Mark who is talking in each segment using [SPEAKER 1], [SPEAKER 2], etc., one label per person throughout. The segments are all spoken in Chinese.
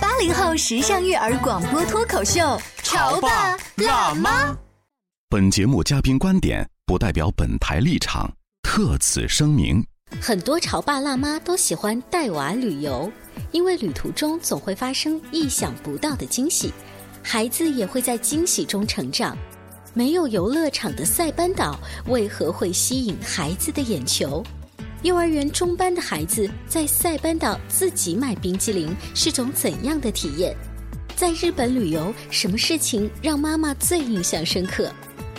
[SPEAKER 1] 八零后时尚育儿广播脱口秀，潮爸辣妈。
[SPEAKER 2] 妈。
[SPEAKER 3] 本节目嘉宾观点不代表本台立场，特此声明。
[SPEAKER 4] 很多潮爸辣妈都喜欢带娃旅游，因为旅途中总会发生意想不到的惊喜，孩子也会在惊喜中成长。没有游乐场的塞班岛为何会吸引孩子的眼球？幼儿园中班的孩子在塞班岛自己买冰激凌是种怎样的体验？在日本旅游，什么事情让妈妈最印象深刻？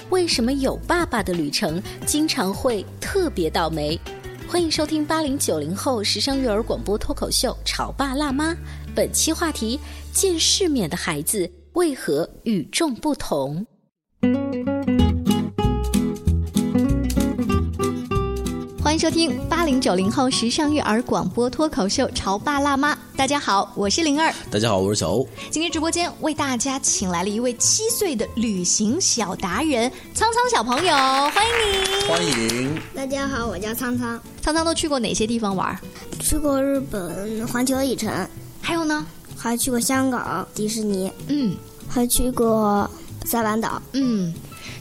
[SPEAKER 4] 为什么有爸爸的旅程经常会特别倒霉？欢迎收听八零九零后时尚育儿广播脱口秀《潮爸辣妈》，本期话题：见世面的孩子为何与众不同？
[SPEAKER 5] 欢迎收听八零九零后时尚育儿广播脱口秀《潮爸辣妈》。大家好，我是灵儿。
[SPEAKER 6] 大家好，我是小欧。
[SPEAKER 5] 今天直播间为大家请来了一位七岁的旅行小达人苍苍小朋友，欢迎你！
[SPEAKER 6] 欢迎
[SPEAKER 7] 大家好，我叫苍苍，
[SPEAKER 5] 苍苍都去过哪些地方玩？
[SPEAKER 7] 去过日本环球影城，
[SPEAKER 5] 还有呢？
[SPEAKER 7] 还去过香港迪士尼，
[SPEAKER 5] 嗯
[SPEAKER 7] 还去过塞班岛。
[SPEAKER 5] 嗯，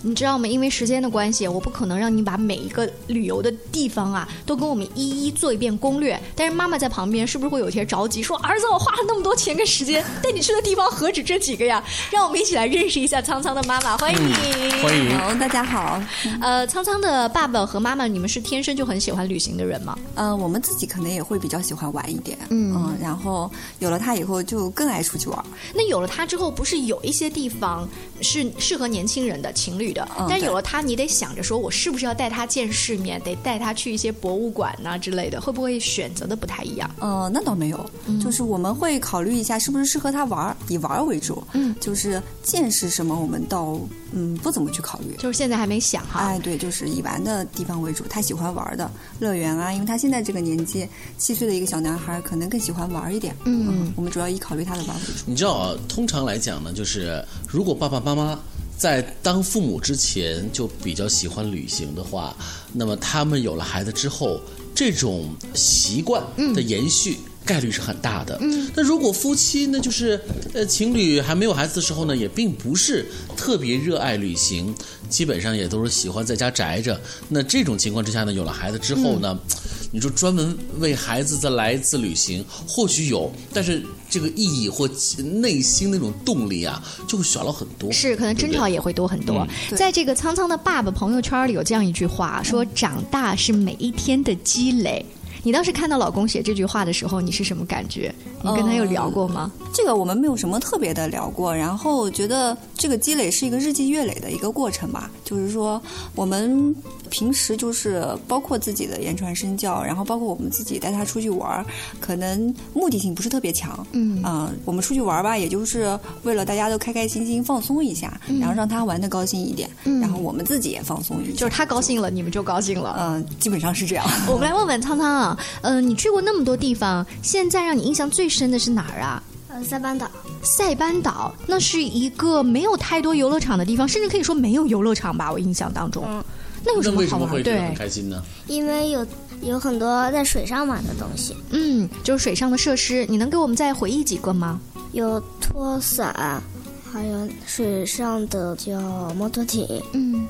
[SPEAKER 5] 你知道吗？因为时间的关系，我不可能让你把每一个旅游的地方啊都跟我们一一做一遍攻略。但是妈妈在旁边，是不是会有些着急？说儿子，我花了那么多钱跟时间，带你去的地方何止这几个呀？让我们一起来认识一下苍苍的妈妈，欢迎你。
[SPEAKER 6] 嗯欢迎，
[SPEAKER 1] 好，大家好。
[SPEAKER 5] 呃，苍苍的爸爸和妈妈，你们是天生就很喜欢旅行的人吗？
[SPEAKER 1] 呃，我们自己可能也会比较喜欢玩一点，
[SPEAKER 5] 嗯
[SPEAKER 1] 然后有了他以后就更爱出去玩。
[SPEAKER 5] 那有了他之后，不是有一些地方是适合年轻人的情侣的，
[SPEAKER 1] 嗯
[SPEAKER 5] 但
[SPEAKER 1] 对
[SPEAKER 5] 有了他，你得想着说我是不是要带他见世面，得带他去一些博物馆呐、之类的，会不会选择的不太一样？
[SPEAKER 1] 呃，那倒没有，
[SPEAKER 5] 嗯
[SPEAKER 1] 就是我们会考虑一下是不是适合他玩儿，以玩儿为主。
[SPEAKER 5] 嗯
[SPEAKER 1] 就是见识什么，我们倒嗯不怎么去考虑。
[SPEAKER 5] 就是现在还没想哈。
[SPEAKER 1] 哎，对，就是以玩的地方为主，他喜欢玩儿的乐园啊，因为他现在这个年纪，七岁的一个小男孩儿可能更喜欢玩儿一点。
[SPEAKER 5] 嗯
[SPEAKER 1] 我们主要以考虑他的玩儿为主。
[SPEAKER 6] 你知道啊，通常来讲呢，就是如果爸爸妈妈在当父母之前就比较喜欢旅行的话，那么他们有了孩子之后，这种习惯的延续。概率是很大的。嗯，那如果夫妻呢，就是呃情侣还没有孩子的时候呢，也并不是特别热爱旅行，基本上也都是喜欢在家宅着。那这种情况之下呢，有了孩子之后呢，你说专门为孩子再来一次旅行，或许有，但是这个意义或内心那种动力啊，就会小了很多。
[SPEAKER 5] 是，可能
[SPEAKER 6] 对
[SPEAKER 5] 争
[SPEAKER 6] 不对
[SPEAKER 5] 吵也会多很多
[SPEAKER 6] 嗯。
[SPEAKER 1] 对嗯
[SPEAKER 5] 在这个苍苍的爸爸朋友圈里有这样一句话，说长大是每一天的积累。你当时看到老公写这句话的时候，你是什么感觉？你跟
[SPEAKER 1] 嗯
[SPEAKER 5] 他有聊过吗？
[SPEAKER 1] 这个我们没有什么特别的聊过，然后觉得这个积累是一个日积月累的一个过程吧。就是说，我们平时就是包括自己的言传身教，然后包括我们自己带他出去玩儿，可能目的性不是特别强。
[SPEAKER 5] 嗯
[SPEAKER 1] 啊、我们出去玩儿吧，也就是为了大家都开开心心、放松一下，
[SPEAKER 5] 嗯
[SPEAKER 1] 然后让他玩的高兴一点，然后我们自己也放松一下。
[SPEAKER 5] 就是他高，兴了，你们就高兴了。
[SPEAKER 1] 嗯、基本上是这样。
[SPEAKER 5] 我们来问问苍苍啊，呃，你去过那么多地方，现在让你印象最深的是哪儿啊？
[SPEAKER 7] 呃，塞班岛，
[SPEAKER 5] 塞班岛，那是一个没有太多游乐场的地方，甚至可以说没有游乐场吧，我印象当中。那有什
[SPEAKER 6] 那
[SPEAKER 5] 么
[SPEAKER 6] 为
[SPEAKER 5] 好
[SPEAKER 6] 什么
[SPEAKER 5] 玩
[SPEAKER 6] 会
[SPEAKER 5] 儿？
[SPEAKER 6] 觉得很
[SPEAKER 5] 对，
[SPEAKER 6] 开心呢？
[SPEAKER 7] 因为有有很多在水上玩的东西，
[SPEAKER 5] 嗯，就是水上的设施，你能给我们再回忆几个吗？
[SPEAKER 7] 有拖伞，还有水上的叫摩托艇，
[SPEAKER 5] 嗯，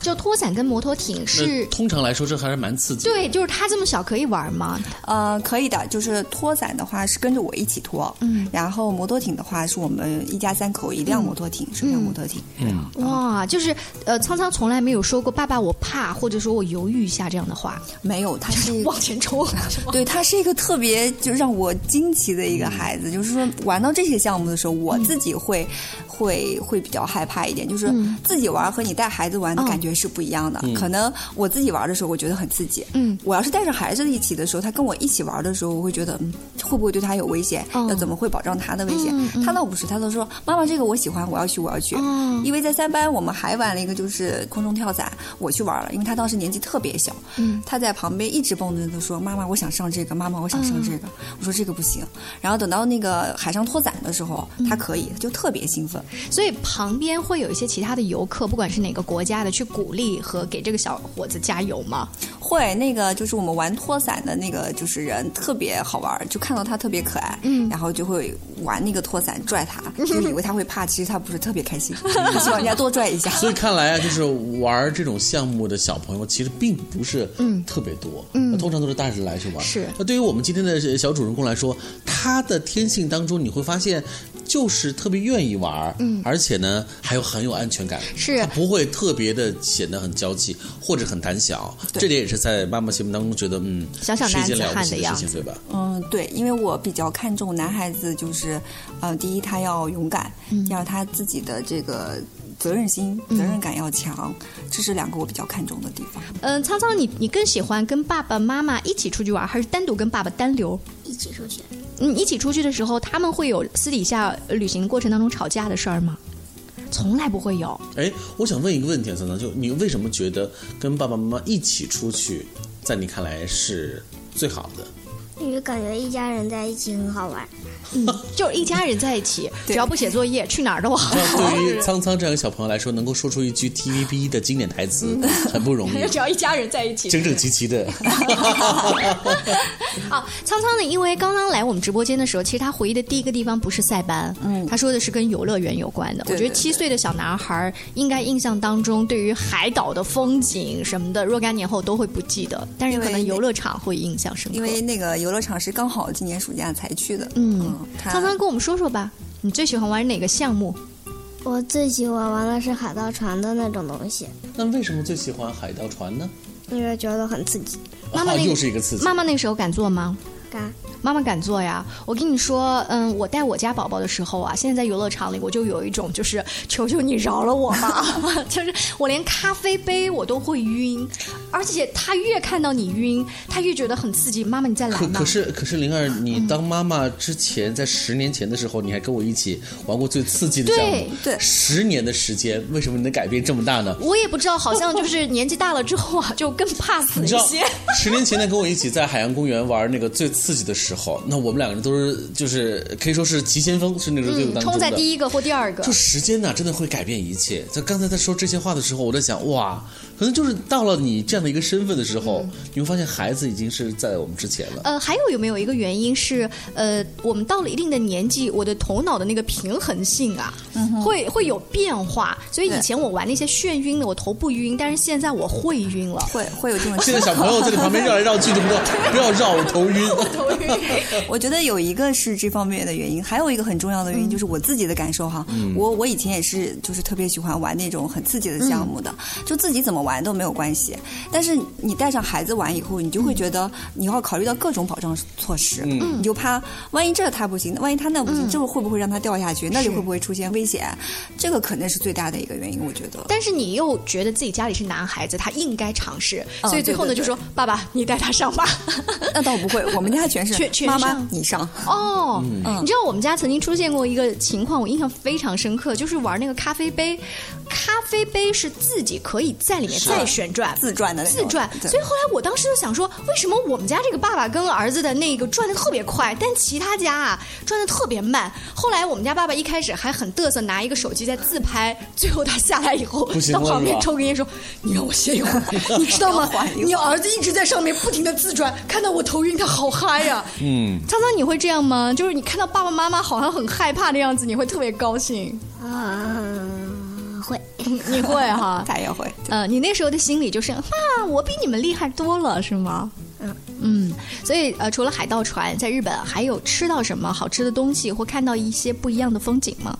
[SPEAKER 5] 就拖伞跟摩托艇
[SPEAKER 6] 那
[SPEAKER 5] 是。
[SPEAKER 6] 通常来说，这还是蛮刺激
[SPEAKER 5] 嗯
[SPEAKER 6] 的。
[SPEAKER 5] 对，啊就是他这么小可以玩吗？
[SPEAKER 1] 呃，可以的，就是拖伞的话是跟着我一起拖，
[SPEAKER 5] 嗯，
[SPEAKER 1] 然后摩托艇的话是我们一家三口一辆摩托艇，是一辆摩托艇，
[SPEAKER 6] 哦
[SPEAKER 5] 哇，就是呃，苍苍从来没有说过“爸爸，我怕”或者说我犹豫一下这样的话，
[SPEAKER 1] 没有，它是
[SPEAKER 5] 往前冲。
[SPEAKER 1] 对，他是一个特别就让我惊奇的一个孩子，就是说玩到这些项目的时候，我自己会、会会比较害怕一点，就是自己玩和你带孩子玩的感觉是不一样的。可能我自己玩的时候，我觉得很刺激。
[SPEAKER 5] 嗯，
[SPEAKER 1] 我要是带着孩子一起的时候，他跟我一起玩的时候，我会觉得嗯会不会对他有危险？
[SPEAKER 5] 哦嗯
[SPEAKER 1] 要怎么会保障他的危险？他倒不是，他都说妈妈这个我喜欢，我要去，我要去。
[SPEAKER 5] 哦
[SPEAKER 1] 因为在三班我们还玩了一个就是空中跳伞，我去玩了，因为他当时年纪特别小，
[SPEAKER 5] 嗯
[SPEAKER 1] 他在旁边一直蹦着的说：“妈妈，我想上这个，妈妈，我想上这个。我说：“这个不行。”然后等到那个海上拖伞的时候，
[SPEAKER 5] 嗯
[SPEAKER 1] 他可以，就特别兴奋。
[SPEAKER 5] 所以旁边会有一些其他的游客，不管是哪个国家的，去鼓励和给这个小伙子加油吗？
[SPEAKER 1] 会那个就是我们玩拖伞的那个就是人特别好玩，就看到他特别可爱，
[SPEAKER 5] 嗯
[SPEAKER 1] 然后就会玩那个拖伞拽 他，就以为他会怕，其实他不是特别开心，希望人家多拽 一下。
[SPEAKER 6] 所以看来啊，就是玩这种项目的小朋友其实并不是特别多，
[SPEAKER 5] 嗯
[SPEAKER 6] 通常都是大人来去玩。
[SPEAKER 5] 是
[SPEAKER 6] 那对于我们今天的小主人公来说，他的天性当中你会发现。就是特别愿意玩，嗯，而且呢，还有很有安全感，
[SPEAKER 5] 是
[SPEAKER 6] 他不会特别的显得很娇气或者很胆小，
[SPEAKER 1] 对
[SPEAKER 6] 这点也是在妈妈心目当中觉得，嗯，
[SPEAKER 5] 小小
[SPEAKER 6] 是一
[SPEAKER 5] 男
[SPEAKER 6] 件
[SPEAKER 5] 子
[SPEAKER 6] 了不
[SPEAKER 5] 汉
[SPEAKER 6] 起
[SPEAKER 5] 的
[SPEAKER 6] 的事
[SPEAKER 5] 样
[SPEAKER 6] 情，对吧？
[SPEAKER 1] 嗯，对，因为我比较看重男孩子，就是，呃，第一他要勇敢，
[SPEAKER 5] 嗯
[SPEAKER 1] 要他自己的这个责任心、责任感要强，这是两个我比较看重的地方。
[SPEAKER 5] 嗯，苍苍，你你更喜欢跟爸爸妈妈一起出去玩，还是单独跟爸爸单留？
[SPEAKER 7] 一起出去。
[SPEAKER 5] 嗯，一起出去的时候，他们会有私底下呃旅行过程当中吵架的事儿吗？从来不会有。
[SPEAKER 6] 哎，我想问一个问题啊，森森，就你为什么觉得跟爸爸妈妈一起出去，在你看来是最好 的？
[SPEAKER 7] 因为感觉一家人在一起很好玩。
[SPEAKER 5] 嗯就是一家人在一起，只
[SPEAKER 1] 对
[SPEAKER 5] 要不写作业，去哪儿都好。
[SPEAKER 6] 那对于苍苍这样的小朋友来说，能够说出一句 TVB 的经典台词， 很不容 易，
[SPEAKER 5] 只要一家人在一起
[SPEAKER 6] 整整齐 齐的。
[SPEAKER 5] 啊，苍苍呢？因为刚刚来我们直播间的时候，其实他回忆的第一个地方不是塞班，嗯，他说的是跟游乐园有关的。
[SPEAKER 1] 对
[SPEAKER 5] 我觉
[SPEAKER 1] 对
[SPEAKER 5] 得七岁的小男孩儿应该印象当中，对于海岛的风景什么的，若干年后都会不记得，但是
[SPEAKER 1] 因为
[SPEAKER 5] 可能游乐场会印象深刻。
[SPEAKER 1] 因为那个游乐场是刚好今年暑假才去的，
[SPEAKER 5] 嗯，
[SPEAKER 1] 他
[SPEAKER 5] 苍苍跟我们说说吧，你最喜欢玩哪个项目？
[SPEAKER 7] 我最喜欢玩的是海盗船的那种东西，
[SPEAKER 6] 那为什么最喜欢海盗船呢？
[SPEAKER 7] 因为觉得很刺激。
[SPEAKER 5] 妈妈
[SPEAKER 6] 啊
[SPEAKER 1] 哦
[SPEAKER 5] 那个
[SPEAKER 6] 又是一个刺激。
[SPEAKER 5] 妈妈那时候敢做吗？
[SPEAKER 7] 嘎，
[SPEAKER 5] 妈妈敢做呀！我跟你说，嗯，我带我家宝宝的时候啊，现在在游乐场里，我就有一种就是求求你饶了我吧， 就是我连咖啡杯我都会晕，而且他越看到你晕，他越觉得很刺激。妈妈，嗯你再来
[SPEAKER 6] 可
[SPEAKER 5] 嘛
[SPEAKER 6] 可？是可是灵儿，你当妈妈之前，在十年前的时候，你还跟我一起玩过最刺激的项目
[SPEAKER 5] 对。
[SPEAKER 1] 对
[SPEAKER 6] 十年的时间，为什么你的改变这么大呢？
[SPEAKER 5] 我也不知道，好像就是年纪大了之后啊，就更怕死
[SPEAKER 6] 你
[SPEAKER 5] 一
[SPEAKER 6] 知道
[SPEAKER 5] 些。，
[SPEAKER 6] 十年前他跟我一起在海洋公园玩那个最刺激的时候，那我们两个人都是就是可以说是急先锋，是那种队伍
[SPEAKER 5] 嗯，
[SPEAKER 6] 当中
[SPEAKER 5] 冲在
[SPEAKER 6] 的。
[SPEAKER 5] 第一个或第二个
[SPEAKER 6] 就，时间呐、真的会改变一切。在刚才他说这些话的时候，我在想，哇，可能就是到了你这样的一个身份的时候，
[SPEAKER 5] 嗯
[SPEAKER 6] 你会发现孩子已经是在我们之前 了。
[SPEAKER 5] 呃，还有有没有一个原因是，呃，我们到了一定的年纪，我的头脑的那个平衡性啊，会会有变化。所以以
[SPEAKER 1] 嗯对
[SPEAKER 5] 前我玩那些眩晕的，我头不晕，但是现在我会晕了。
[SPEAKER 1] 会会有这种
[SPEAKER 6] 现在小朋友在你旁边绕来绕去，对不对？不要绕，我头晕。
[SPEAKER 1] 我觉得有一个是这方面的原因，还有一个很重要的原
[SPEAKER 5] 嗯
[SPEAKER 1] 因就是我自己的感受哈。我我以前也是，就是特别喜欢玩那种很刺激的项目的，
[SPEAKER 5] 嗯
[SPEAKER 1] 就自己怎么玩都没有关系。但是你带上孩子玩以后，你就会觉
[SPEAKER 5] 嗯
[SPEAKER 1] 得你要考虑到各种保障措施，你就怕万一这他不行，万一他那不行，这会不会让他掉下去？那里
[SPEAKER 5] 嗯是
[SPEAKER 1] 会不会出现危险？这个可能是最大的一个原因，我觉得。
[SPEAKER 5] 但是你又觉得自己家里是男孩子，他应该尝试，
[SPEAKER 1] 嗯
[SPEAKER 5] 所以最后呢
[SPEAKER 1] 对
[SPEAKER 5] 就
[SPEAKER 1] 对对
[SPEAKER 5] 说：“爸爸，你带他上吧。
[SPEAKER 1] 那倒不会，我们家全是
[SPEAKER 5] 全全
[SPEAKER 1] 妈妈
[SPEAKER 5] 上
[SPEAKER 1] 你上，”
[SPEAKER 5] 哦，你知道我们家曾经出现过一个情况，我印象非常深刻，就是玩那个咖啡杯，咖啡杯是自己可以在里面再旋转，
[SPEAKER 1] 自转的那种
[SPEAKER 5] 自转。
[SPEAKER 1] 对
[SPEAKER 5] 所以后来我当时就想说，为什么我们家这个爸爸跟儿子的那个转的特别快，但其他家啊转的特别慢？后来我们家爸爸一开始还很嘚瑟，拿一个手机在自拍，最后他下来以后
[SPEAKER 6] 行
[SPEAKER 5] 到
[SPEAKER 6] 了
[SPEAKER 5] 旁
[SPEAKER 6] 是
[SPEAKER 5] 边
[SPEAKER 6] 吧
[SPEAKER 5] 抽根烟说：“你让我歇一会儿，你知道吗？你儿子一直在上面不停的自转，看到我头晕，他好嗨呀、嗯，苍苍，你会这样吗？就是你看到爸爸妈妈好像很害怕的样子，你会特别高兴？
[SPEAKER 7] 啊、会。
[SPEAKER 5] 嗯你会哈？
[SPEAKER 1] 他也会。
[SPEAKER 5] 呃，你那时候的心理就是啊，我比你们厉害多了，是吗？嗯嗯，所以呃，除了海盗船，在日本还有吃到什么好吃的东西，或看到一些不一样的风景吗？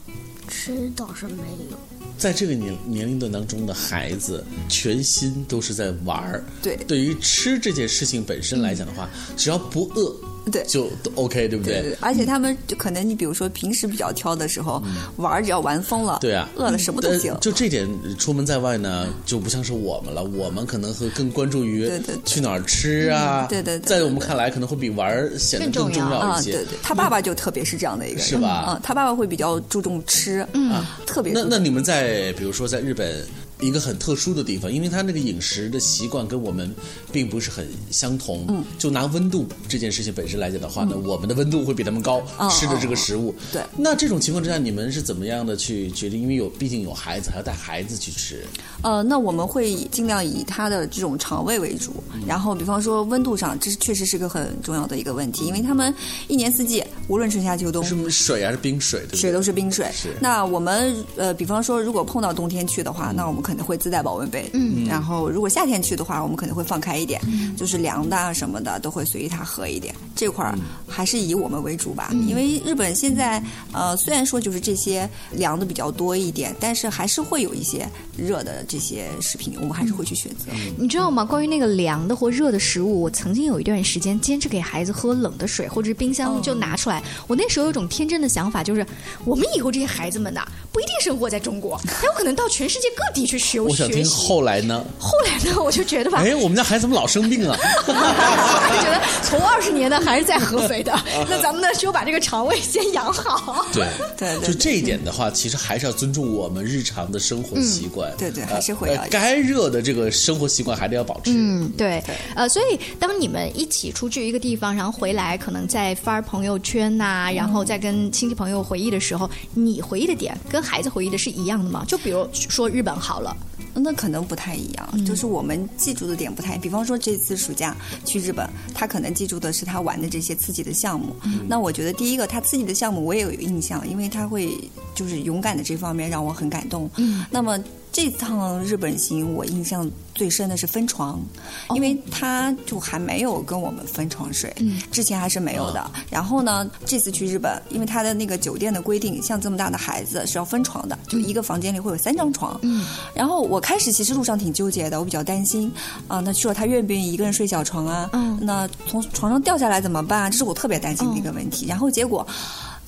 [SPEAKER 7] 吃倒是没有，
[SPEAKER 6] 在这个年年龄段当中的孩子，全心都是在玩儿。
[SPEAKER 1] 对
[SPEAKER 6] 对于吃这件事情本身来讲的话，只要不饿，
[SPEAKER 1] 对
[SPEAKER 6] 就都 OK，对不对？
[SPEAKER 1] 对，而且他们就可能你比如说平时比较挑的时候，玩儿只要玩疯了，
[SPEAKER 6] 嗯对啊
[SPEAKER 1] 饿了什么都
[SPEAKER 6] 但
[SPEAKER 1] 行。
[SPEAKER 6] 就这点，出门在外呢，就不像是我们了。我们可能会更关注于
[SPEAKER 1] 对对对
[SPEAKER 6] 去哪儿吃啊，
[SPEAKER 1] 嗯对对对
[SPEAKER 6] 在我们看来，可能会比玩儿显得
[SPEAKER 5] 更
[SPEAKER 6] 更
[SPEAKER 5] 重
[SPEAKER 6] 重
[SPEAKER 5] 要
[SPEAKER 6] 要
[SPEAKER 1] 啊、
[SPEAKER 6] 一些。
[SPEAKER 1] 对对，他爸爸就特别是这样的一个人，
[SPEAKER 6] 是吧
[SPEAKER 1] 嗯，他爸爸会比较注重吃，嗯，特别注
[SPEAKER 6] 那
[SPEAKER 1] 重
[SPEAKER 6] 那你们在比如说在日本一个很特殊的地方，因为它那个饮食的习惯跟我们并不是很相同。嗯，就拿温度这件事情本身来讲的话呢，我们的温度会比他们高，
[SPEAKER 1] 嗯哦
[SPEAKER 6] 吃的这个食物。
[SPEAKER 1] 对
[SPEAKER 6] 那这种情况之下，你们是怎么样的去决定？因为有毕竟有孩子，还要带孩子去吃。
[SPEAKER 1] 呃，那我们会尽量以他的这种肠胃为主，
[SPEAKER 6] 嗯
[SPEAKER 1] 然后比方说温度上，这是确实是个很重要的一个问题，因为他们一年四季无论春夏秋冬，
[SPEAKER 6] 是水还是冰水？对不对
[SPEAKER 1] 水都是冰水
[SPEAKER 6] 是。
[SPEAKER 1] 那我们呃，比方说，如果碰到冬天去的话，那我们可能会自带保温杯。嗯，然后如果夏天去的话，我们可能会放开一点，就是凉的啊什么的都会随意他喝一点。这块
[SPEAKER 6] 嗯
[SPEAKER 1] 儿还是以我们为主吧，因为日本现在呃，虽然说就是这些凉的比较多一点，但是还是会有一些热的这些食品，我们还是会去选择。
[SPEAKER 5] 你知道吗？关于那个凉的或热的食物，我曾经有一段时间坚持给孩子喝冷的水，或者是冰箱就拿出来。我那时候有一种天真的想法，就是我们以后这些孩子们呐、不一定生活在中国，他有可能到全世界各地去学
[SPEAKER 6] 我想
[SPEAKER 5] 学
[SPEAKER 6] 听
[SPEAKER 5] 习。
[SPEAKER 6] 后来呢？
[SPEAKER 5] 后来呢，我就觉得吧，
[SPEAKER 6] 哎，我们家孩子怎么老生病啊？
[SPEAKER 5] 我就觉得从二十年呢还是在合肥的，那咱们呢就把这个肠胃先养好。
[SPEAKER 6] 对
[SPEAKER 1] 对对
[SPEAKER 6] 就这一点的话，其实还是要尊重我们日常的生活习惯。
[SPEAKER 1] 嗯对对
[SPEAKER 6] 呃
[SPEAKER 1] 还是会要
[SPEAKER 6] 呃该热的这个生活习惯还得要保持。
[SPEAKER 5] 嗯，对，呃，所以当你们一起出去一个地方，然后回来，可能在发朋友圈呐、然后再跟亲戚朋友回忆的时候，你回忆的点跟孩子回忆的是一样的吗？就比如说日本好了，
[SPEAKER 1] 那可能不太一样，就是我们记住的点不太。比方说这次暑假去日本，他可能记住的是他玩的这些刺激的项目。那我觉得第一个他刺激的项目我也有印象，因为他会就是勇敢的这方面让我很感动。嗯，那么。这趟日本行，我印象最深的是分床，因为他就还没有跟我们分床睡，之前还是没有
[SPEAKER 5] 啊
[SPEAKER 1] 的。然后呢，这次去日本，因为他的那个酒店的规定，像这么大的孩子是要分床的，就
[SPEAKER 5] 嗯
[SPEAKER 1] 一个房间里会有三张床。嗯，然后我开始其实路上挺纠结的，我比较担心啊、那去了他愿不愿意一个人睡小床啊？
[SPEAKER 5] 嗯
[SPEAKER 1] 那从床上掉下来怎么办啊？这是我特别担心的一个问题。然后结果。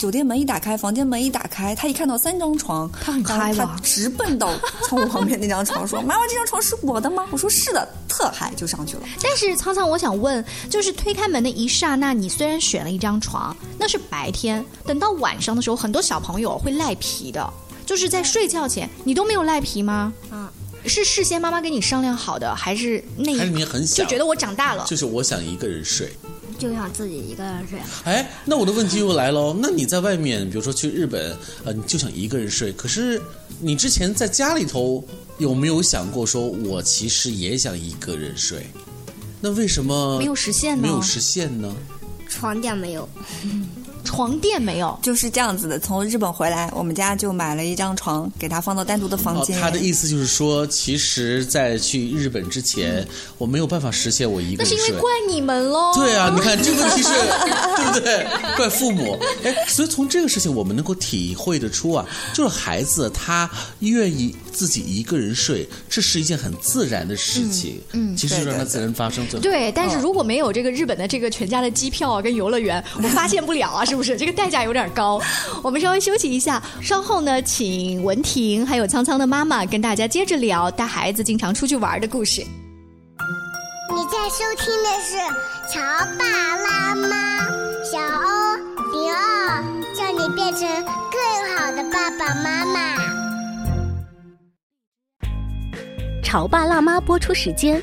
[SPEAKER 1] 酒店门一打开，房间门一打开，他一看到三张床，
[SPEAKER 5] 他很
[SPEAKER 1] 然后
[SPEAKER 5] 嗨
[SPEAKER 1] 他
[SPEAKER 5] 吧
[SPEAKER 1] 直奔到 从我旁边那张床说：“妈妈，这张床是我的吗？”我说：“是的。”特嗨就上去了。
[SPEAKER 5] 但是苍苍，我想问，就是推开门的一刹那，你虽然选了一张床，那是白天，等到晚上的时候，很多小朋友会赖皮的，就是在睡觉前，你都没有赖皮吗？
[SPEAKER 7] 啊，
[SPEAKER 5] 是事先妈妈跟你商量好的，还是那一
[SPEAKER 6] 还是你很想
[SPEAKER 5] 就觉得我长大了？
[SPEAKER 6] 就是我想一个人睡。
[SPEAKER 7] 就想自己一个人睡。
[SPEAKER 6] 哎，那我的问题又来喽。
[SPEAKER 1] 嗯
[SPEAKER 6] 那你在外面，比如说去日本，呃，你就想一个人睡，可是你之前在家里头有没有想过说，我其实也想一个人睡？那为什么
[SPEAKER 5] 没有实现呢
[SPEAKER 6] 没有实现呢？
[SPEAKER 7] 床垫没有，
[SPEAKER 5] 床垫没有，
[SPEAKER 1] 就是这样子的。从日本回来，我们家就买了一张床，给他放到单独的房
[SPEAKER 6] 哦，
[SPEAKER 1] 间。
[SPEAKER 6] 他的意思就是说，其实，在去日本之前，我没有办法实现我一个
[SPEAKER 5] 那
[SPEAKER 6] 人
[SPEAKER 5] 是因为
[SPEAKER 6] 睡。
[SPEAKER 5] 怪你们喽。
[SPEAKER 6] 对啊，你看这 问题是，对不对？怪父母。哎，所以从这个事情我们能够体会得出啊，就是孩子他愿意自己一个人睡，这是一件很自然的事情。嗯，其实就让它自然发生最好。
[SPEAKER 5] 对，但是如果没有这个日本的这个全家的机票啊，跟游乐 园，我发现不了啊，是不是？这个代价有点高。 我们稍微休息一下，稍后呢，请文婷还有苍苍的妈妈跟大家接着聊带孩子经常出去玩的故事。
[SPEAKER 8] 你在收听的是《潮爸辣妈》，小欧零二，叫你变成更好的爸爸妈妈。
[SPEAKER 4] 《潮爸辣妈》播出时间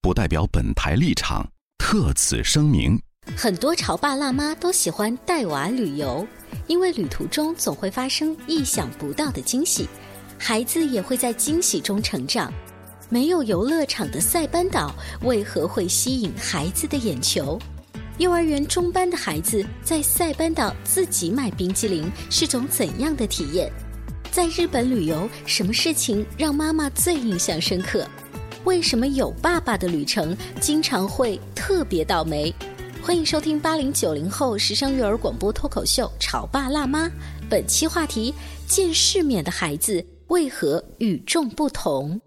[SPEAKER 3] 不代表本台立场，特此声明。
[SPEAKER 4] 很多潮爸辣妈都喜欢带娃旅游，因为旅途中总会发生意想不到的惊喜，孩子也会在惊喜中成长。没有游乐场的塞班岛为何会吸引孩子的眼球？幼儿园中班的孩子在塞班岛自己买冰激凌是种怎样的体验？在日本旅游，什么事情让妈妈最印象深刻？为什么有爸爸的旅程经常会特别倒霉？欢迎收听八零九零后时尚育儿广播脱口秀《潮爸辣妈》，本期话题：见世面的孩子为何与众不同？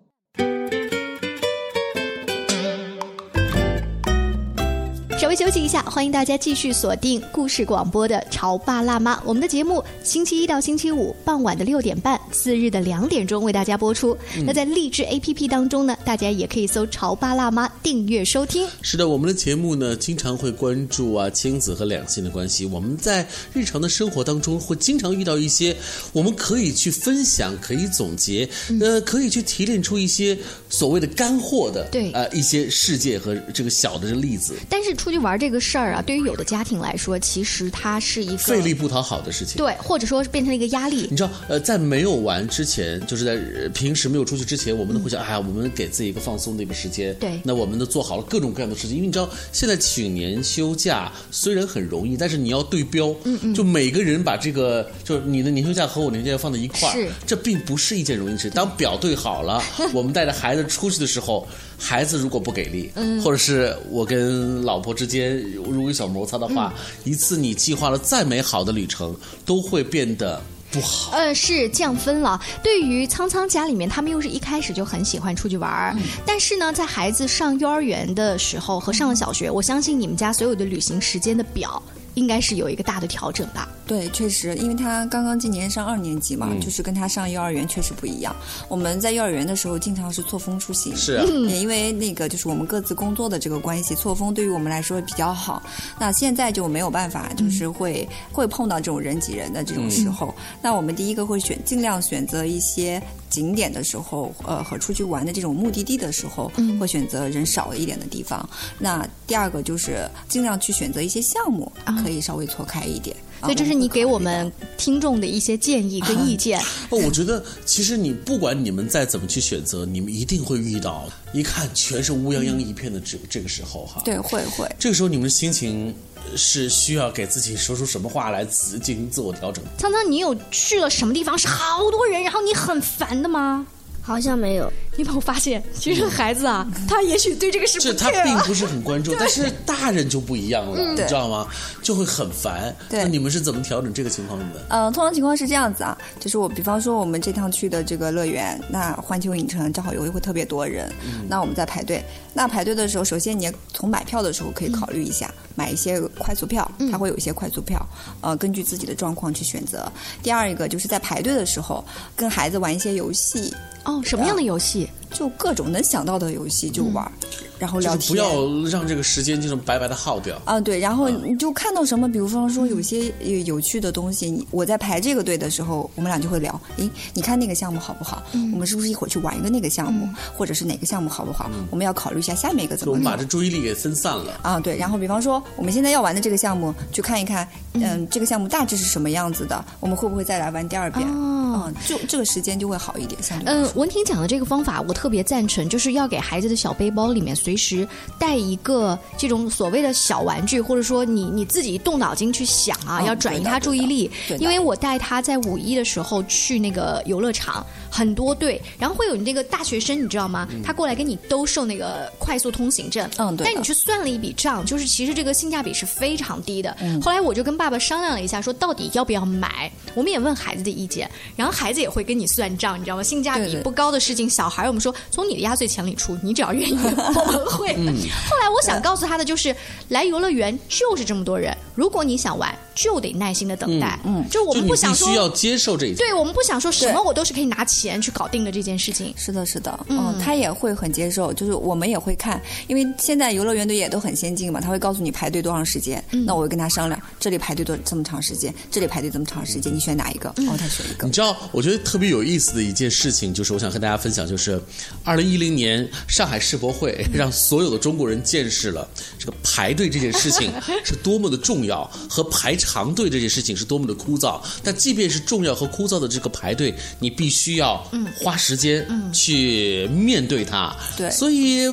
[SPEAKER 5] 稍微休息一下，欢迎大家继续锁定故事广播的《潮爸辣妈》。我们的节目星期一到星期五傍晚的六点半，四日的两点钟为大家播出。那在荔枝 APP 当中呢，大家也可以搜“潮爸辣妈”订阅收听。
[SPEAKER 6] 是的，我们的节目呢，经常会关注啊亲子和两性的关系。我们在日常的生活当中会经常遇到一些，我们可以去分享，可以总结，呃，可以去提炼出一些所谓的干货的，
[SPEAKER 5] 对
[SPEAKER 6] 啊、一些世界和这个小的例子。
[SPEAKER 5] 但是出去玩这个事儿啊，对于有的家庭来说，其实它是一个
[SPEAKER 6] 费力不讨好的事情。
[SPEAKER 5] 对，或者说是变成了一个压力
[SPEAKER 6] 你。知道，呃，在没有玩之前，就是在呃平时没有出去之前，我们都会想，哎呀，我们给自己一个放松的一个时间。
[SPEAKER 5] 对
[SPEAKER 6] 那我们都做好了各种各样的事情，因为你知道，现在请年休假虽然很容易，但是你要对标，嗯嗯，就每个人把这个，就是你的年休假和我年休假放在一块儿，
[SPEAKER 5] 是
[SPEAKER 6] 这并不是一件容易的事。当表对好 了，我们带着孩子出去的时候，孩子如果不给力，嗯，或者是我跟老婆之间如果有小摩擦的话，一次你计划了再美好的旅程，都会变得不好。
[SPEAKER 5] 呃，是降分了。对于苍苍家里面，他们又是一开始就很喜欢出去玩儿，但是呢，在孩子上幼儿园的时候和上了小学，我相信你们家所有的旅行时间的表应该是有一个大的调整吧。
[SPEAKER 1] 对，确实，因为他刚刚今年上二年级嘛，
[SPEAKER 6] 嗯
[SPEAKER 1] 就是跟他上幼儿园确实不一样。我们在幼儿园的时候，经常是错峰出行，
[SPEAKER 6] 是啊
[SPEAKER 1] 也因为那个就是我们各自工作的这个关系，错峰对于我们来说比较好。那现在就没有办法，就是会、会碰到这种人挤人的这
[SPEAKER 6] 嗯
[SPEAKER 1] 种时候。那我们第一个会选尽量选择一些景点的时候，呃，和出去玩的这种目的地的时候，会选择人少一点的地方。那第二个就是尽量去选择一些项目，可以稍微错开一点。
[SPEAKER 6] 啊
[SPEAKER 5] 所以这是你啊给我们听众的一些建议跟意 见。
[SPEAKER 6] 哦，我觉得其实你不管你们再怎么去选择，你们一定会遇到一看全是乌泱泱一片的这这个时候哈。，
[SPEAKER 1] 对，会会。
[SPEAKER 6] 这个时候你们的心情是需要给自己说出什么话来自进行自我调整。
[SPEAKER 5] 苍苍，你有去了什么地方是好多人，然后你很烦的吗？
[SPEAKER 7] 好像没有。
[SPEAKER 5] 你有没有发现，其实孩子啊，他也许对这个事
[SPEAKER 6] 这
[SPEAKER 5] 不
[SPEAKER 6] 他
[SPEAKER 5] care
[SPEAKER 6] 并
[SPEAKER 5] 啊
[SPEAKER 6] 不是很关注，但是大人就不一样了，你知道吗？就会很烦。
[SPEAKER 1] 对
[SPEAKER 6] 那你们是怎么调整这个情况的？
[SPEAKER 1] 呃，通常情况是这样子啊，就是我比方说我们这趟去的这个乐园，那环球影城正好有一会特别多人，
[SPEAKER 6] 嗯
[SPEAKER 1] 那我们在排队。那排队的时候，首先你也从买票的时候
[SPEAKER 6] 嗯
[SPEAKER 1] 可以考虑一下，买一些快速票，它会有一些快速票，呃，根据自己的状况去选择。第二一个就是在排队的时候，跟孩子玩一些游戏，
[SPEAKER 5] 哦，什么样的游戏？
[SPEAKER 1] 就各种能想到的游戏就玩，然后
[SPEAKER 6] 嗯就是
[SPEAKER 1] 聊天。
[SPEAKER 6] 不要让这个时间就这么白白的耗掉。
[SPEAKER 1] 啊，对，然后
[SPEAKER 5] 嗯
[SPEAKER 1] 你就看到什么，比如说说有些有有趣的东西，你我在排这个队的时候，我们俩就会聊，诶，你看那个项目好不好？
[SPEAKER 5] 嗯
[SPEAKER 1] 我们是不是一会儿去玩一个那个项目，或者是哪个项目好不
[SPEAKER 5] 嗯
[SPEAKER 1] 好？我们要考虑一下下面一个怎
[SPEAKER 6] 就我
[SPEAKER 1] 么
[SPEAKER 6] 们把
[SPEAKER 1] 弄
[SPEAKER 6] 这。注意力给分散了。
[SPEAKER 1] 啊，对，然后比方说我们现在要玩的这个项目，去看一看，嗯、这个项目大致是什么样子的，我们会不会再来玩第二遍？
[SPEAKER 5] 哦
[SPEAKER 1] 嗯，就这个时间就会好一点，相对来
[SPEAKER 5] 嗯
[SPEAKER 1] 说，
[SPEAKER 5] 文婷讲的这个方法我特别赞成，就是要给孩子的小背包里面随时带一个这种所谓的小玩具，或者说你你自己动脑筋去想啊，
[SPEAKER 1] 嗯
[SPEAKER 5] 要转移他注意力。
[SPEAKER 1] 对的
[SPEAKER 5] 因为我带他在五一的时候去那个游乐场，很多队，然后会有你这个大学生，你知道吗？他过来跟你兜售那个快速通行证，
[SPEAKER 1] 嗯嗯对的
[SPEAKER 5] 但你去算了一笔账，就是其实这个性价比是非常低的。后来我就跟爸爸商量了一下，说到底要不要买？我们也问孩子的意见，然后孩子也会跟你算账，你知道吗？性价
[SPEAKER 1] 对
[SPEAKER 5] 比
[SPEAKER 1] 对
[SPEAKER 5] 不高的事情，小孩儿我们说。说从你的压岁钱里出，你只要愿意，我们会。后来我想告诉他的就是，来游乐园就是这么多人，如果你想玩，就得耐心的等待。嗯，就是我
[SPEAKER 6] 就
[SPEAKER 5] 们
[SPEAKER 6] 你
[SPEAKER 5] 不想
[SPEAKER 6] 必
[SPEAKER 5] 说
[SPEAKER 6] 须要接受这一点。
[SPEAKER 5] 对我们不想说什么，我都是可以拿钱去搞定的这件事情。
[SPEAKER 1] 是的，是的，嗯，他也会很接受，就是我们也会看，因为现在游乐园的也都很先进嘛，他会告诉你排队多长时间，
[SPEAKER 5] 嗯
[SPEAKER 1] 那我会跟他商量，这里排队多这么长时间，这里排队这么长时间，你选哪一
[SPEAKER 5] 嗯
[SPEAKER 1] 个？哦，他选一个。
[SPEAKER 6] 你知道，我觉得特别有意思的一件事情，就是我想和大家分享，就是二零一零年上海世博会让所有的中国人见识了这个排队这件事情是多么的重要，和排长队这件事情是多么的枯燥。但即便是重要和枯燥的这个排队，你必须要花时间去面对它。
[SPEAKER 1] 对
[SPEAKER 6] 所以。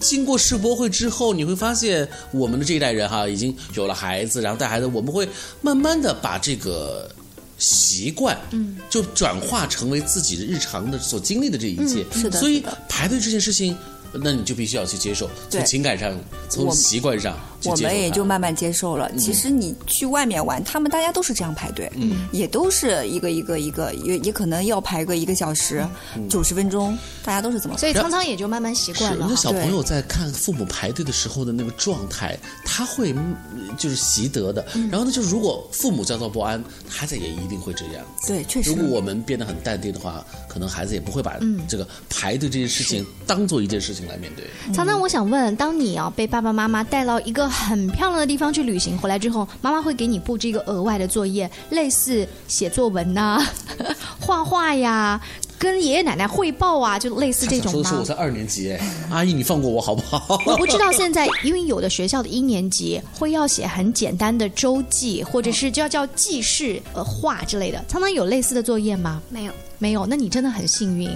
[SPEAKER 6] 经过世博会之后，你会发现我们的这一代人哈，已经有了孩子，然后带孩子，我们会慢慢的把这个习惯，嗯，就转化成为自己的日常的所经历的这一切。
[SPEAKER 1] 嗯是的
[SPEAKER 6] 所以
[SPEAKER 1] 是的
[SPEAKER 6] 排队这件事情，那你就必须要去接受，
[SPEAKER 1] 对
[SPEAKER 6] 从情感上，从
[SPEAKER 1] 我
[SPEAKER 6] 习惯上去
[SPEAKER 1] 我
[SPEAKER 6] 接受嗯
[SPEAKER 1] 们也
[SPEAKER 6] 它
[SPEAKER 1] 就慢慢接受了。其实你去外面玩，他们大家都是这样排队，
[SPEAKER 6] 嗯
[SPEAKER 1] 也都是一个一个一个，也也可能要排个一个小时、
[SPEAKER 6] 嗯
[SPEAKER 1] 九十分钟，大家都是这么排。
[SPEAKER 5] 所以苍苍也就慢慢习惯
[SPEAKER 6] 是，
[SPEAKER 5] 了
[SPEAKER 6] 那
[SPEAKER 5] 哈。
[SPEAKER 6] 小朋友在看父母排队的时候的那个状态，他会嗯就是习得的。
[SPEAKER 1] 嗯
[SPEAKER 6] 然后呢，就是如果父母焦躁不安，孩子也一定会这样。
[SPEAKER 1] 对确实
[SPEAKER 6] 如果我们变得很淡定的话，可能孩子也不会把
[SPEAKER 5] 嗯
[SPEAKER 6] 这个排队这件事情当做一件事情来面对。
[SPEAKER 5] 苍苍，我想问，当你啊被爸爸妈妈带到一个很漂亮的地方去旅行回来之后，妈妈会给你布置一个额外的作业，类似写作文呐、 画画呀，跟爷爷奶奶汇报啊，就类似这
[SPEAKER 6] 他
[SPEAKER 5] 种
[SPEAKER 6] 想说
[SPEAKER 5] 吗？
[SPEAKER 6] 的是我才二年级，哎， 阿姨你放过我好不好？
[SPEAKER 5] 我不知道现在，因为有的学校的一年级会要写很简单的周记，或者是叫叫记事、呃画之类的。苍苍有类似的作业吗？
[SPEAKER 7] 没有。
[SPEAKER 5] 没有，那你真的很幸 运。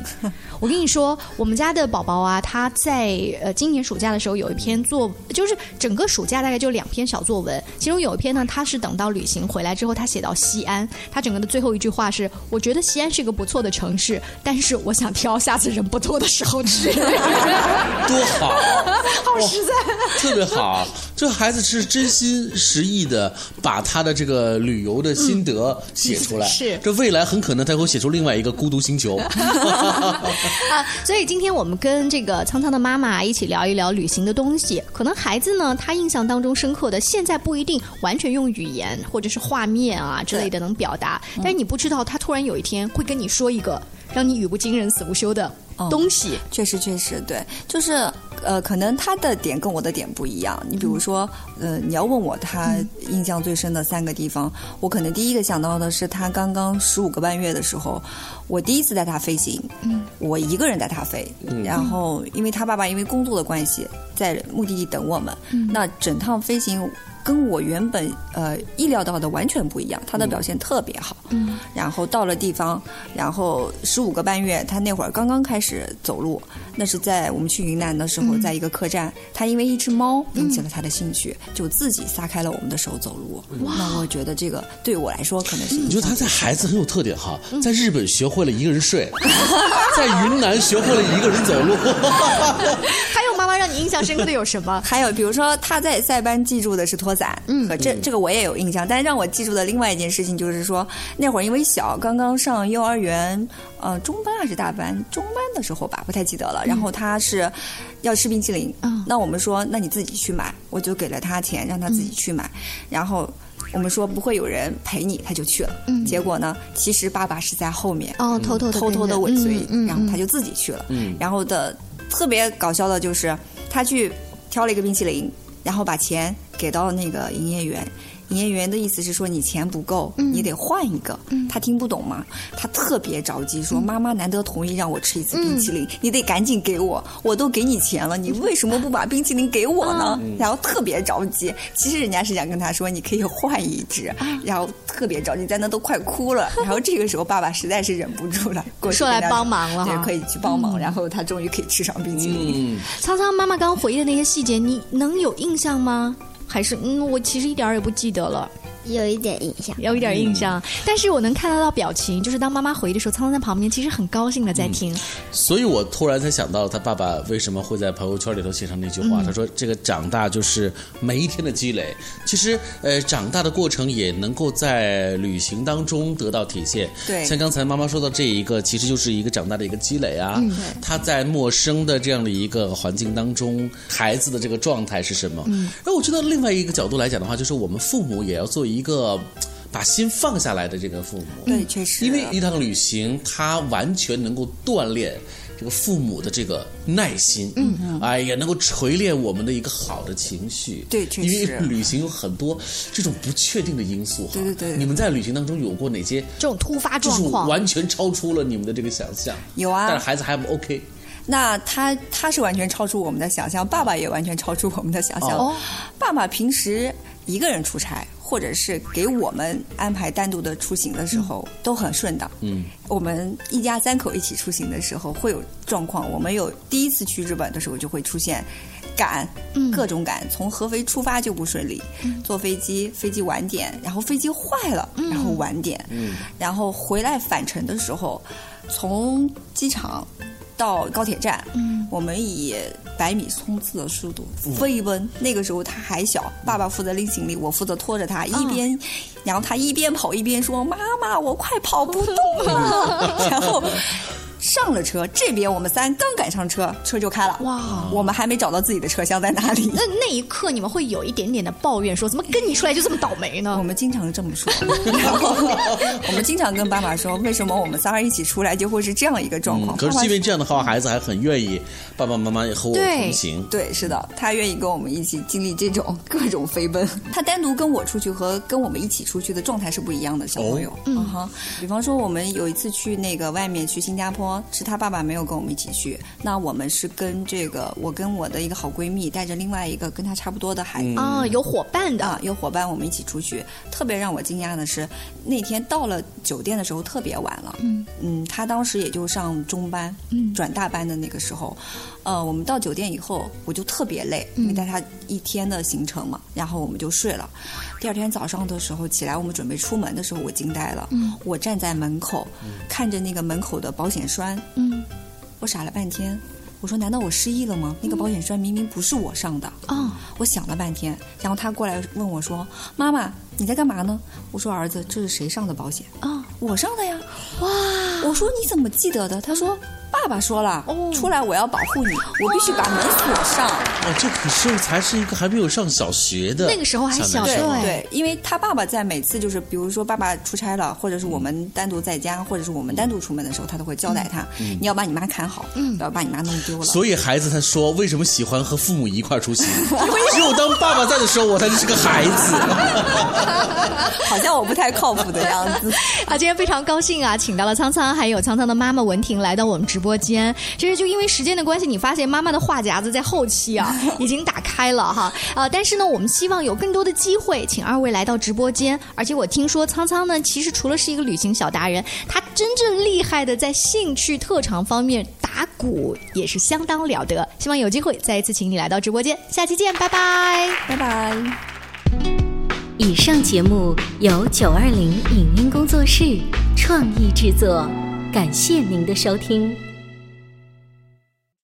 [SPEAKER 5] 我跟你说，我们家的宝宝啊，他在呃今年暑假的时候有一篇作，就是整个暑假大概就两篇小作文，其中有一篇呢，他是等到旅行回来之后，他写到西安，他整个的最后一句话是：我觉得西安是个不错的城市，但是我想挑下次人不多的时候去。
[SPEAKER 6] 多好，
[SPEAKER 5] 好实在。
[SPEAKER 6] 特别好。这孩子是真心实意的把他的这个旅游的心得写出来，
[SPEAKER 5] 嗯 是
[SPEAKER 6] 这未来很可能他会写出另外一个《孤独 星球》。
[SPEAKER 5] 啊， 所以今天我们跟这个苍苍的妈妈一起聊一聊旅行的东西。可能孩子呢，他印象当中深刻的，现在不一定完全用语言或者是画面啊之类的能表达，
[SPEAKER 1] 嗯
[SPEAKER 5] 但是你不知道他突然有一天会跟你说一个让你语不惊人死不休的东西。
[SPEAKER 1] 确实，确实，对，就是呃，可能他的点跟我的点不一样。你比如说，呃，你要问我他印象最深的三个地方，我可能第一个想到的是他刚刚十五个半月的时候，我第一次带他飞行，
[SPEAKER 5] 嗯，
[SPEAKER 1] 我一个人带他飞，
[SPEAKER 6] 嗯
[SPEAKER 1] 然后因为他爸爸因为工作的关系在目的地等我们，
[SPEAKER 5] 嗯
[SPEAKER 1] 那整趟飞行。跟我原本呃意料到的完全不一样，他的表现特别好。
[SPEAKER 5] 嗯
[SPEAKER 1] 然后到了地方，然后十五个半月，他那会儿刚刚开始走路，那是在我们去云南的时候，
[SPEAKER 5] 嗯
[SPEAKER 1] 在一个客栈，他因为一只猫引起了他的兴趣，
[SPEAKER 5] 嗯
[SPEAKER 1] 就自己撒开了我们的手走路。那我觉得这个对我来说可能是
[SPEAKER 6] 你
[SPEAKER 1] 印
[SPEAKER 6] 觉
[SPEAKER 1] 象
[SPEAKER 6] 得他
[SPEAKER 1] 最
[SPEAKER 6] 在孩子很有特点哈，
[SPEAKER 5] 嗯
[SPEAKER 6] 在日本学会了一个人睡，在云南学会了一个人 走路。
[SPEAKER 5] 还有妈妈让你印象深刻的有什 么？
[SPEAKER 1] 还有比如说他在塞班记住的是拖伞，
[SPEAKER 5] 嗯
[SPEAKER 1] 和这这个我也有印象。但让我记住的另外一件事情就是说，那会儿因为小，刚刚上幼儿园，呃，中班还是大班？中班的时候吧，不太记得了。然后他是要吃冰淇淋，
[SPEAKER 5] 嗯
[SPEAKER 1] 那我们说，那你自己去买，我就给了他钱，让他自己去买，
[SPEAKER 5] 嗯
[SPEAKER 1] 然后。我们说不会有人陪你，他就去了。
[SPEAKER 5] 嗯
[SPEAKER 1] 结果呢，其实爸爸是在后面，
[SPEAKER 5] 哦，偷偷的
[SPEAKER 1] 偷偷的尾随，
[SPEAKER 5] 嗯嗯
[SPEAKER 1] 然后他就自己去了。
[SPEAKER 6] 嗯
[SPEAKER 1] 然后的特别搞笑的就是，他去挑了一个冰淇淋，然后把钱给到那个营业员。营业员的意思是说你钱不够，
[SPEAKER 5] 嗯
[SPEAKER 1] 你得换一个。他听不懂嘛，他特别着急，说妈妈难得同意让我吃一次冰淇
[SPEAKER 5] 嗯
[SPEAKER 1] 淋，你得赶紧给我，我都给你钱了，你为什么不把冰淇淋给我呢？
[SPEAKER 5] 嗯
[SPEAKER 1] 然后特别着急，其实人家是想跟他说你可以换一只，
[SPEAKER 5] 啊
[SPEAKER 1] 然后特别着急，在那都快哭了。然后这个时候爸爸实在是忍不住了，过去
[SPEAKER 5] 说来
[SPEAKER 1] 跟他
[SPEAKER 5] 帮忙了
[SPEAKER 1] 对
[SPEAKER 5] 哈，
[SPEAKER 1] 可以去帮忙，然后他终于可以吃上冰淇淋。
[SPEAKER 6] 啊嗯，
[SPEAKER 5] 苍苍妈妈刚回忆的那些细节，你能有印象吗？还是嗯，我其实一点儿也不记得了。
[SPEAKER 7] 有一点印象，
[SPEAKER 5] 有一点印
[SPEAKER 6] 嗯
[SPEAKER 5] 象。但是我能看得到表情，就是当妈妈回忆的时候，苍苍在旁边其实很高兴的在
[SPEAKER 6] 嗯
[SPEAKER 5] 听。
[SPEAKER 6] 所以我突然才想到，他爸爸为什么会在朋友圈里头写上那句话？
[SPEAKER 5] 嗯
[SPEAKER 6] 他说：“这个长大就是每一天的积累。其实，呃，长大的过程也能够在旅行当中得到体现。
[SPEAKER 1] 对
[SPEAKER 6] 像刚才妈妈说到这一个，其实就是一个长大的一个积累啊。
[SPEAKER 1] 嗯
[SPEAKER 6] 他在陌生的这样的一个环境当中，孩子的这个状态是什么？
[SPEAKER 1] 嗯
[SPEAKER 6] 那我觉得另外一个角度来讲的话，就是我们父母也要做一个。”把心放下来的这个父母，
[SPEAKER 1] 对，确实，
[SPEAKER 6] 因为一趟旅行，它完全能够锻炼这个父母的这个耐心，
[SPEAKER 1] 嗯嗯
[SPEAKER 6] 哎，也能够锤炼我们的一个好的情绪。
[SPEAKER 1] 对确实
[SPEAKER 6] 因为旅行有很多这种不确定的因素哈。
[SPEAKER 1] 对对对
[SPEAKER 6] 你们在旅行当中有过哪些
[SPEAKER 5] 这种突发
[SPEAKER 6] 就是完全超出了你们的这个想象？
[SPEAKER 1] 有啊
[SPEAKER 6] 但是孩子还不 OK。
[SPEAKER 1] 那他他是完全超出我们的想象，爸爸也完全超出我们的想象。
[SPEAKER 6] 哦
[SPEAKER 1] 爸爸平时一个人出差，或者是给我们安排单独的出行的时候，都很顺当。
[SPEAKER 6] 嗯，
[SPEAKER 1] 我们一家三口一起出行的时候会有状况，我们有第一次去日本的时候就会出现赶，各种赶，从合肥出发就不顺利，坐飞机飞机晚点，然后飞机坏了，然后晚点，
[SPEAKER 6] 嗯
[SPEAKER 1] 然后回来返程的时候，从机场到高铁站，
[SPEAKER 5] 嗯
[SPEAKER 1] 我们以百米冲刺的速度
[SPEAKER 5] 嗯
[SPEAKER 1] 飞奔。那个时候他还小，爸爸负责拎行李，我负责拖着
[SPEAKER 5] 嗯
[SPEAKER 1] 他，一边，然后他一边跑一边说：“妈妈，我快跑不动 了。”然后。上了车，这边我们三刚赶上车，车就开了。
[SPEAKER 5] 哇！
[SPEAKER 1] 我们还没找到自己的车厢在哪里。
[SPEAKER 5] 那那一刻你们会有一点点的抱怨，说怎么跟你出来就这么倒霉呢？我
[SPEAKER 1] 们经常这 么说，我们经常跟爸爸说，为什么我们仨一起出来就会是这样一个状况？
[SPEAKER 6] 嗯可
[SPEAKER 1] 爸
[SPEAKER 6] 是
[SPEAKER 1] 爸
[SPEAKER 6] 因为这样的话，孩子还很愿意爸爸妈妈也和我
[SPEAKER 1] 对
[SPEAKER 6] 同行。
[SPEAKER 1] 对，是的，他愿意跟我们一起经历这种各种飞奔。他单独跟我出去和跟我们一起出去的状态是不一样的，小朋友
[SPEAKER 6] 哦。
[SPEAKER 1] 嗯哼，比方说我们有一次去那个外面去新加坡，是他爸爸没有跟我们一起去，那我们是跟这个我跟我的一个好闺蜜带着另外一个跟她差不多的孩
[SPEAKER 6] 嗯
[SPEAKER 1] 子
[SPEAKER 5] 啊有伙伴的
[SPEAKER 1] 啊，有伙伴我们一起出去。特别让我惊讶的是，那天到了酒店的时候特别晚了，
[SPEAKER 5] 嗯
[SPEAKER 1] 嗯，他当时也就上中班，
[SPEAKER 5] 嗯
[SPEAKER 1] 转大班的那个时候，呃，我们到酒店以后，我就特别累，
[SPEAKER 5] 嗯
[SPEAKER 1] 因为带他一天的行程嘛，然后我们就睡了。第二天早上的时候起来，我们准备出门的时候，我惊呆了，
[SPEAKER 5] 嗯
[SPEAKER 1] 我站在门口，看着那个门口的保险栓，
[SPEAKER 5] 嗯
[SPEAKER 1] 我傻了半天。我说：“难道我失忆了吗？那个保险栓明明不是我上的。
[SPEAKER 6] 哦
[SPEAKER 5] 啊，
[SPEAKER 1] 我想了半天，然后他过来问我说：“妈妈，你在干嘛呢？”我说：“儿子，这是谁上的保险？”
[SPEAKER 6] 哦
[SPEAKER 5] 啊，
[SPEAKER 1] 我上的呀！哇，我说你怎么记得的？他说爸爸说了，出来我要保护你，我必须把门锁上。
[SPEAKER 6] 哦，这可是才是一个还没有上小学的男
[SPEAKER 1] 对
[SPEAKER 6] 生
[SPEAKER 1] 对，因为他爸爸在每次就是，比如说爸爸出差了，或者是我们单独在家，或者是我们单独出门的时候，他都会交代他，
[SPEAKER 6] 嗯
[SPEAKER 1] 你要把你妈看好，嗯，不要把你妈弄丢了。
[SPEAKER 6] 所以孩子他说，为什么喜欢和父母一块儿出行？只有当爸爸在的时候，我才是个孩子。
[SPEAKER 1] 好像我不太靠谱的样子。
[SPEAKER 5] 啊，今天非常高兴啊，请到了苍苍，还有苍苍的妈妈文婷来到我们直播间。其实就因为时间的关系，你发现妈妈的话匣子在后期啊已经打开了哈。啊，但是呢，我们希望有更多的机会，请二位来到直播间。而且我听说苍苍呢，其实除了是一个旅行小达人，他真正厉害的在兴趣特长方面打鼓也是相当了得。希望有机会再一次请你来到直播间，下期见，拜拜，
[SPEAKER 1] 拜拜。
[SPEAKER 4] 以上节目由九二零影音工作室创意制作，感谢您的收听。